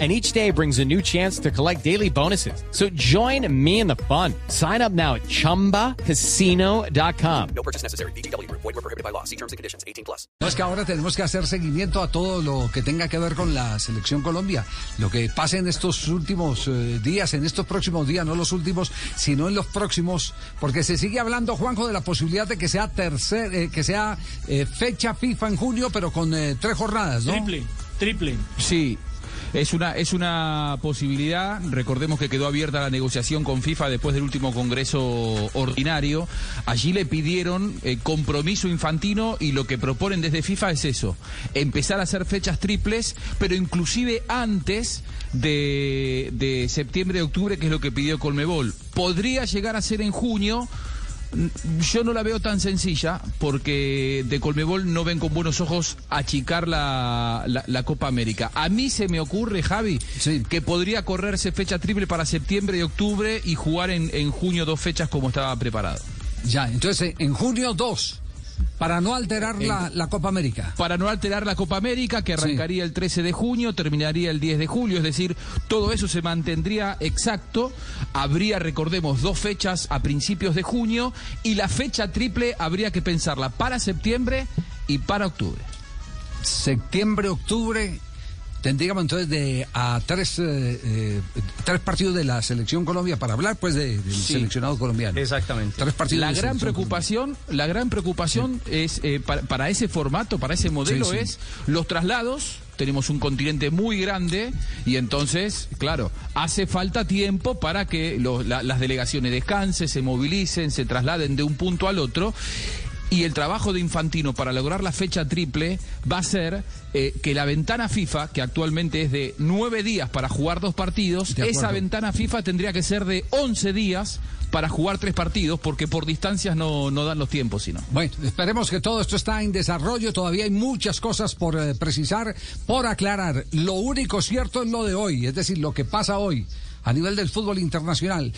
and each day brings a new chance to collect daily bonuses. So join me in the fun. Sign up now at ChumbaCasino.com. No purchase necessary. BGW. Void were prohibited by law. See terms and conditions. 18 plus. No, es que ahora tenemos que hacer seguimiento a todo lo que tenga que ver con la selección Colombia. Lo que pase en estos últimos eh, días, en estos próximos días, no los últimos, sino en los próximos, porque se sigue hablando, Juanjo, de la posibilidad de que sea tercer, eh, que sea eh, fecha FIFA en junio, pero con eh, tres jornadas, ¿no? Triple, triple. Sí. Es una, es una posibilidad, recordemos que quedó abierta la negociación con FIFA después del último Congreso Ordinario. Allí le pidieron eh, compromiso infantino y lo que proponen desde FIFA es eso, empezar a hacer fechas triples, pero inclusive antes de, de septiembre-octubre, que es lo que pidió Colmebol. Podría llegar a ser en junio, yo no la veo tan sencilla porque de Colmebol no ven con buenos ojos achicar la, la- la Copa América. A mí se me ocurre, Javi, Sí. que podría correrse fecha triple para septiembre y octubre y jugar en, en junio dos fechas como estaba preparado. Ya, entonces eh, en junio 2, para no alterar la, la Copa América. Para no alterar la Copa América, que arrancaría el 13 de junio, terminaría el 10 de julio, es decir, todo eso se mantendría exacto. Habría, recordemos, dos fechas a principios de junio y la fecha triple habría que pensarla para septiembre y para octubre. Septiembre, octubre. Tendríamos entonces de a tres, eh, eh, tres partidos de la selección Colombia para hablar, pues, de- del seleccionado colombiano. Exactamente. Tres partidos. La de gran selección preocupación, la gran preocupación es eh, para, para ese formato, para ese modelo Sí, sí. es los traslados. Tenemos un continente muy grande y entonces, claro, hace falta tiempo para que lo- la- las delegaciones descansen, se movilicen, se trasladen de un punto al otro. Y el trabajo de Infantino para lograr la fecha triple va a ser eh, que la ventana FIFA, que actualmente es de nueve días para jugar dos partidos, De esa acuerdo. ventana ventana FIFA tendría que ser de 11 días para jugar tres partidos, porque por distancias no, no dan los tiempos, sino. Bueno, esperemos que todo esto está en desarrollo. Todavía hay muchas cosas por eh, precisar, por aclarar. Lo único cierto es lo de hoy, es decir, lo que pasa hoy a nivel del fútbol internacional.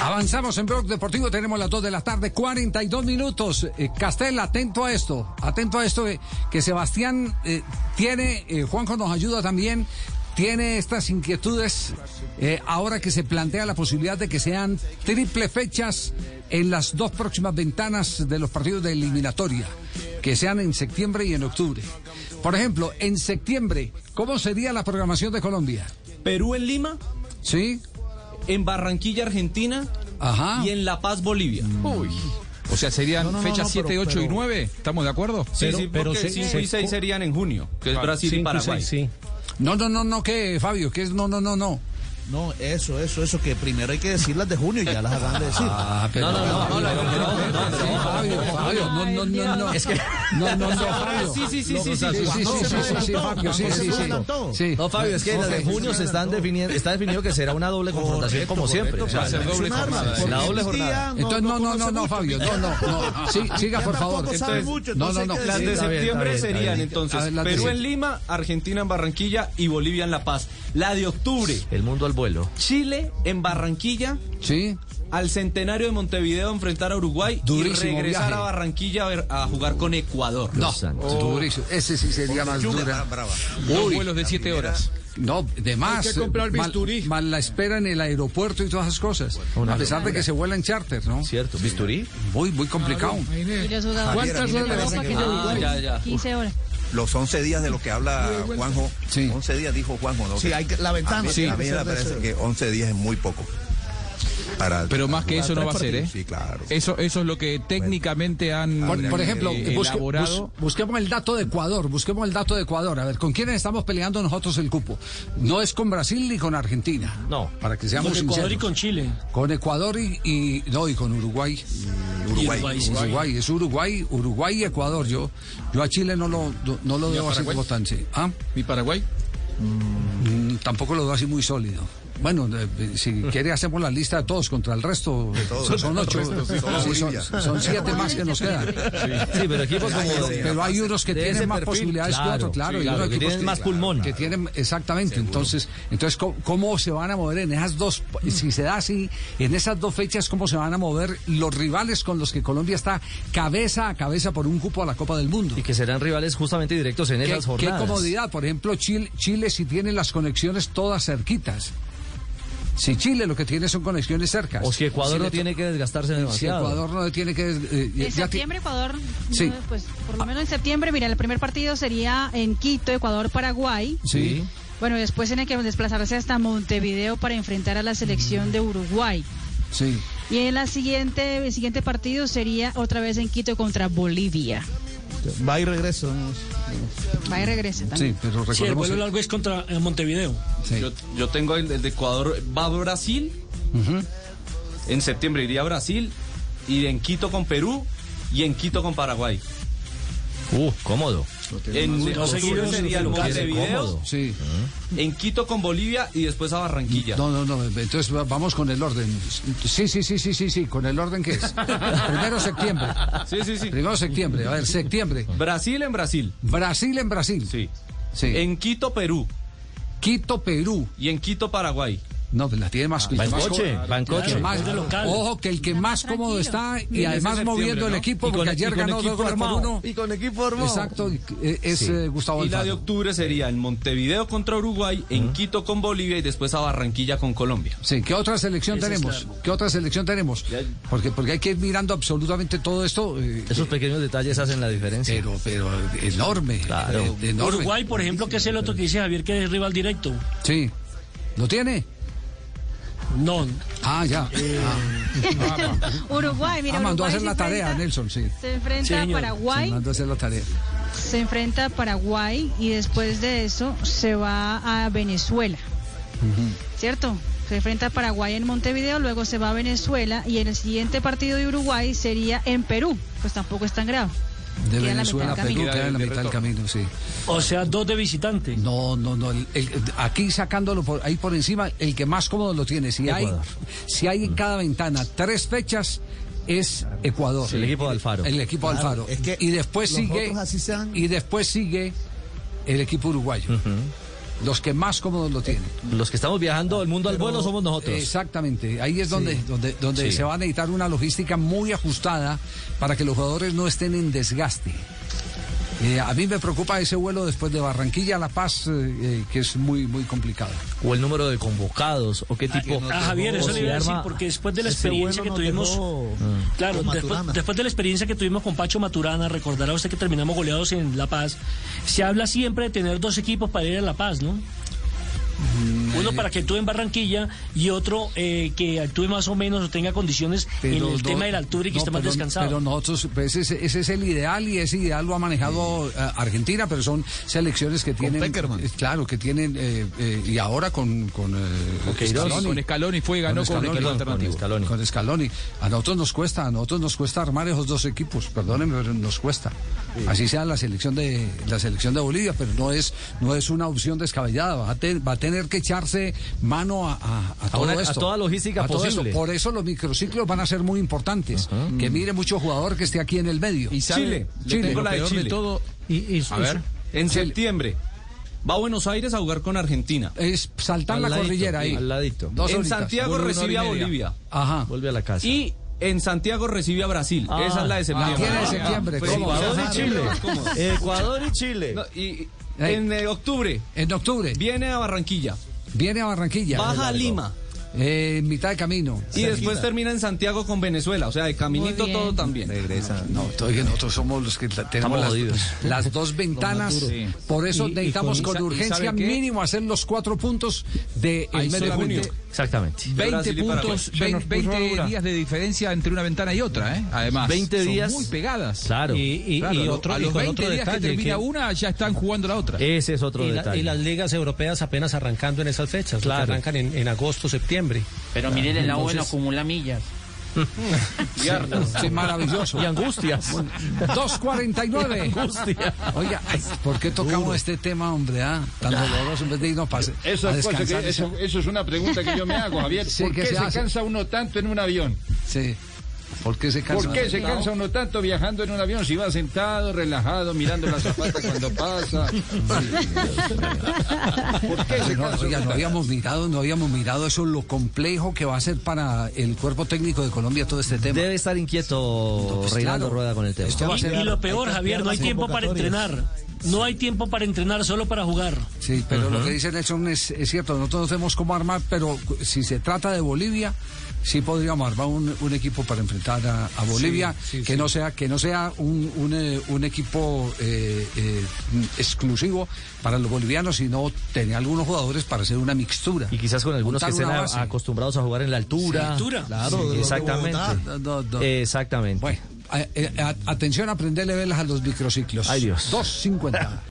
Avanzamos en Blog Deportivo, tenemos las 2 de la tarde, 42 minutos. Eh, Castel, atento a esto, atento a esto eh, que Sebastián eh, tiene, eh, Juanjo nos ayuda también, tiene estas inquietudes eh, ahora que se plantea la posibilidad de que sean triple fechas en las dos próximas ventanas de los partidos de eliminatoria, que sean en septiembre y en octubre. Por ejemplo, en septiembre, ¿cómo sería la programación de Colombia? Perú en Lima, ¿Sí? en Barranquilla, Argentina Ajá. y en La Paz, Bolivia. O sea, serían no, fechas no, 7, pero- 8 y pero- 9, ¿estamos de acuerdo? Sí, Pero- sí, pero porque se- 5 se- y 6 serían en junio, que es Brasil y Cinco y Paraguay. seis, sí. No, no, no, no, que Fabio, que es no, no, no, no. No, eso, eso, eso, que primero hay que decir las de junio y ya las acaban de decir. Ah, No, no, no, no, no, no, no, no. Fabio, Fabio, no, no, no, no. Es que no, no, no, Fabio. Ah, Sí, sí, sí, Sí, sí, sí. sí, sí, sí, sí, sí, Fabio, sí, sí, sí. Sí. No, Fabio, es que las de junio se están definiendo, está definido que será una doble confrontación como siempre. O sea, Va a ser es doble un arma, jornada, porque La doble hoy en jornada. día Entonces, no, no, no, no, Fabio, no, no, no. Sí, siga, por favor. tampoco sabe mucho, No, no, entonces no. hay que Las Sí, de está bien, septiembre está bien, está serían bien. A ver, entonces las de Perú en septiembre. Lima, Argentina en Barranquilla y Bolivia en La Paz. La de octubre, El mundo al vuelo. Chile en Barranquilla, Sí. al centenario de Montevideo enfrentar a Uruguay y Durísimo regresar viaje. a Barranquilla a ver- a jugar con Ecuador. No, santos. durísimo. Ese sí sería más dura. Dos vuelos de 7 horas. No, de más. que comprar mal- bisturí. Mal, la espera en el aeropuerto y todas esas cosas. A pesar de que se vuela en charter, ¿no? ¿Cierto? ¿Bisturí? Muy, muy complicado. Y los jugadores ¿Cuántas tienen horas? ropa que Ah, yo digo, ya, ya. 15 horas. los 11 días de los que habla Juanjo, Sí. 11 días dijo Juanjo, ¿no? ah, Sí, hay que- la ventana A mí, tiene que a mí ser me de parece cero. que 11 días es muy poco. Para, Pero más que eso no va a ser, ¿eh? Sí, claro. Eso, eso es lo que técnicamente han. Por, por ejemplo, eh, busque- elaborado. bus- busquemos el dato de Ecuador, busquemos el dato de Ecuador, a ver, ¿con quiénes estamos peleando nosotros el cupo? No es con Brasil ni con Argentina. No. Para que seamos Con Ecuador sinceros. y con Chile. Con Ecuador y, y- no, y con Uruguay. Uruguay. Uruguay, sí. Uruguay, es Uruguay, Uruguay y Ecuador. Yo, yo a Chile no lo, no- no lo veo así Paraguay? como tan, sí. ¿Ah? ¿Y Paraguay? Mm, Tampoco lo veo así muy sólido. Bueno, eh, si quiere hacemos la lista de todos contra el resto. todos, son, son ocho. ocho, sí, solo Sí, son, Bolivia. son siete más que nos quedan. Sí, pero equipos como. Pero hay unos que de ese tienen más perfil, posibilidades que claro, otros, claro. sí, y claro, unos que equipos tienen más pulmón. Que tienen, exactamente. Entonces, entonces ¿cómo, cómo se van a mover en esas dos? Si se da así, en esas dos fechas, ¿cómo se van a mover los rivales con los que Colombia está cabeza a cabeza por un cupo a la Copa del Mundo? Y que serán rivales justamente directos en ¿Qué, esas qué jornadas. comodidad, por ejemplo, Chile, Chile si tiene las conexiones todas cerquitas. Si Chile lo que tiene son conexiones cercas. O si Ecuador le no to- tiene que desgastarse Si demasiado. Ecuador no tiene que... eh, ya En ti- septiembre Ecuador, no, Sí. pues por lo menos en septiembre, mira, el primer partido sería en Quito, Ecuador-Paraguay. Sí. Bueno, después tiene que desplazarse hasta Montevideo para enfrentar a la selección de Uruguay. Sí. Y en la siguiente, el siguiente partido sería otra vez en Quito contra Bolivia. Va y regreso. Va y regresa también. Sí, pero recordemos... Sí, el vuelo que- largo es contra eh, Montevideo. sí. Yo, yo tengo el, el de Ecuador, va a Brasil. En septiembre iría a Brasil. Y en Quito con Perú. Y en Quito con Paraguay. Uh, cómodo. En no octubre seguidos, sería el lo tiene Montevideo. cómodo. Sí. En Quito con Bolivia y después a Barranquilla. No, no, no. Entonces va- vamos con el orden. Sí, sí, sí, sí, sí, sí. ¿Con el orden que es? Primero septiembre. Sí, sí, sí. Primero septiembre. A ver, septiembre. Brasil en Brasil. Brasil en Brasil. Sí. Sí. En Quito, Perú. Quito, Perú. y en Quito, Paraguay. No, pues la tiene más... Ah, Va más en co- coche. Va en coche. Más- Es de local. Ojo que el que más cómodo está y ese además septiembre, moviendo el ¿no? equipo, Y con- porque y ayer con ganó equipo dos goles por armado. uno. Y con equipo armado. Exacto, y- eh, es eh, Ah, Gustavo Y la de Alfaro. octubre sería en Montevideo contra Uruguay, en Quito con Bolivia y después a Barranquilla con Colombia. Sí, ¿qué otra selección tenemos? ¿Qué otra selección tenemos? Porque, porque hay que ir mirando absolutamente todo esto. eh, Esos pequeños detalles hacen la diferencia. pero, pero enorme. Claro. eh, pues, enorme. Uruguay, por ejemplo, que es el otro que dice Javier que es rival directo. Sí. ¿Lo tiene? No, Ah, ya. Uruguay, mira, Ah, mandó a Uruguay hacer se la tarea, enfrenta- Nelson, sí. Se enfrenta Sí, a señor. Se Paraguay, mandó a hacer la tarea. se enfrenta a Paraguay y después de eso se va a Venezuela. ¿Cierto? Se enfrenta a Paraguay en Montevideo, luego se va a Venezuela y en el siguiente partido de Uruguay sería en Perú. Pues tampoco es tan grave. De Queda en la Venezuela a mitad del Perú, camino. queda en la De mitad del retorno. camino, sí. o sea, dos de visitante. No, no, no. el- el- aquí sacándolo por, ahí por encima, el que más cómodo lo tiene. Si hay, Ecuador. si hay en cada ventana tres fechas, es Ecuador. El equipo de Alfaro. El equipo Alfaro. es que y después los sigue. otros así sean. Y después sigue el equipo uruguayo. Los que más cómodos lo tienen. Los que estamos viajando el mundo al vuelo somos nosotros. Exactamente, ahí es donde, donde, donde se va a necesitar una logística muy ajustada para que los jugadores no estén en desgaste. Eh, a mí me preocupa ese vuelo después de Barranquilla a La Paz, eh, eh, que es muy, muy complicado. O el número de convocados. O qué tipo. A Ah, o Javier, eso le si iba a decir, arma- porque después de la Ese experiencia que vuelo tuvimos... nos dejó Claro, con después, Maturana. después de la experiencia que tuvimos con Pacho Maturana, recordará usted que terminamos goleados en La Paz. Se habla siempre de tener dos equipos para ir a La Paz, ¿no? Mm, eh, Uno para que actúe en Barranquilla y otro eh, que actúe más o menos o tenga condiciones en el no- tema de la altura y que no, esté más pero- descansado. Pero nosotros, pues, ese, ese es el ideal y ese ideal lo ha manejado eh, Argentina, pero son selecciones que tienen. Peckerman. eh, claro, que tienen. eh, eh, y ahora con. con eh, Scaloni. Con Scaloni fue y ganó con, Con equipo Scaloni, alternativo. Scaloni. Con Scaloni. A nosotros nos cuesta, a nosotros nos cuesta armar esos dos equipos, perdónenme, pero nos cuesta. Así sea la selección de la selección de Bolivia, pero no es no es una opción descabellada, va a, te- va a tener que echarse mano a, a- a todo una- a esto. toda logística todo eso. posible. Por eso los microciclos van a ser muy importantes, que mire mucho jugador que esté aquí en el medio. Y sabe, Chile, le Chile. tengo Lo la de peor de Chile. todo- a ver. En septiembre va a Buenos Aires a jugar con Argentina. es saltar Al la ladito, cordillera ahí. al ladito. Dos en horitas. Santiago Vuelve una hora y recibe a media. Bolivia. Ajá. Vuelve a la casa. Y en Santiago recibe a Brasil. Ah, Esa es la de La septiembre. tiene de septiembre. Pues ¿cómo? Ecuador y Chile. Ecuador y Chile. No, y en eh, octubre En octubre viene a Barranquilla, viene a Barranquilla. baja a Lima Eh, mitad de camino. y después termina en Santiago con Venezuela. O sea, de caminito Muy bien. todo también. No, todavía nosotros somos los que la- tenemos las, jodidos. las dos ventanas. Por eso Y- y necesitamos con- con, ¿y urgencia sabe qué? mínimo hacer los cuatro puntos de el Ahí mes de junio. solamente Exactamente. 20 Brasil y Paraguay. puntos, Se nos 20, puso dura. días de diferencia entre una ventana y otra, ¿eh? Además, 20 son días. muy pegadas. Claro. Y, y- Claro, y lo- otro, a y los con 20 otro días que detalle. que- termina una, ya están jugando la otra. Ese es otro y, la- detalle. y las ligas europeas apenas arrancan en esas fechas, porque Claro. arrancan en, en agosto, septiembre. Pero miren, el agua no acumula millas. Viernes. Sí, maravilloso. Y angustias. 2.49. Angustia. Oiga, ay, ¿por qué tocamos este tema, hombre? ah? Tan doloroso en vez de irnos pa- Eso a es, cosa que- descansar. eso, eso es una pregunta que yo me hago, Javier. Sí, ¿Por que qué se se, hace. cansa uno tanto en un avión? Sí. ¿Por qué se cansa? ¿Por qué se cansa uno tanto viajando en un avión si va sentado, relajado, mirando la zapata cuando pasa? ¿Por qué se No, cansa oiga, uno no habíamos mirado, no habíamos mirado eso, lo complejo que va a ser para el cuerpo técnico de Colombia todo este tema. Debe estar inquieto Pues Reinaldo claro. Rueda con el tema. Esto va a Y, ser- y lo peor, Javier, no hay Sí. tiempo para entrenar. No hay tiempo para entrenar, solo para jugar. Sí, pero lo que dice Nelson es, es cierto, nosotros no tenemos cómo armar, pero cu- si se trata de Bolivia, sí podríamos armar un, un equipo para enfrentar a, a Bolivia, que no sea, que no sea un, un, eh, un equipo eh, eh, exclusivo para los bolivianos, sino tener algunos jugadores para hacer una mixtura. Y quizás con algunos que Montar estén una a- base. acostumbrados a jugar en la Ah, altura. altura. Claro, exactamente. No, no, no. Exactamente. eh, Bueno, a- eh, a- atención a aprenderle velas a los microciclos. Ay, Dios. 2.50.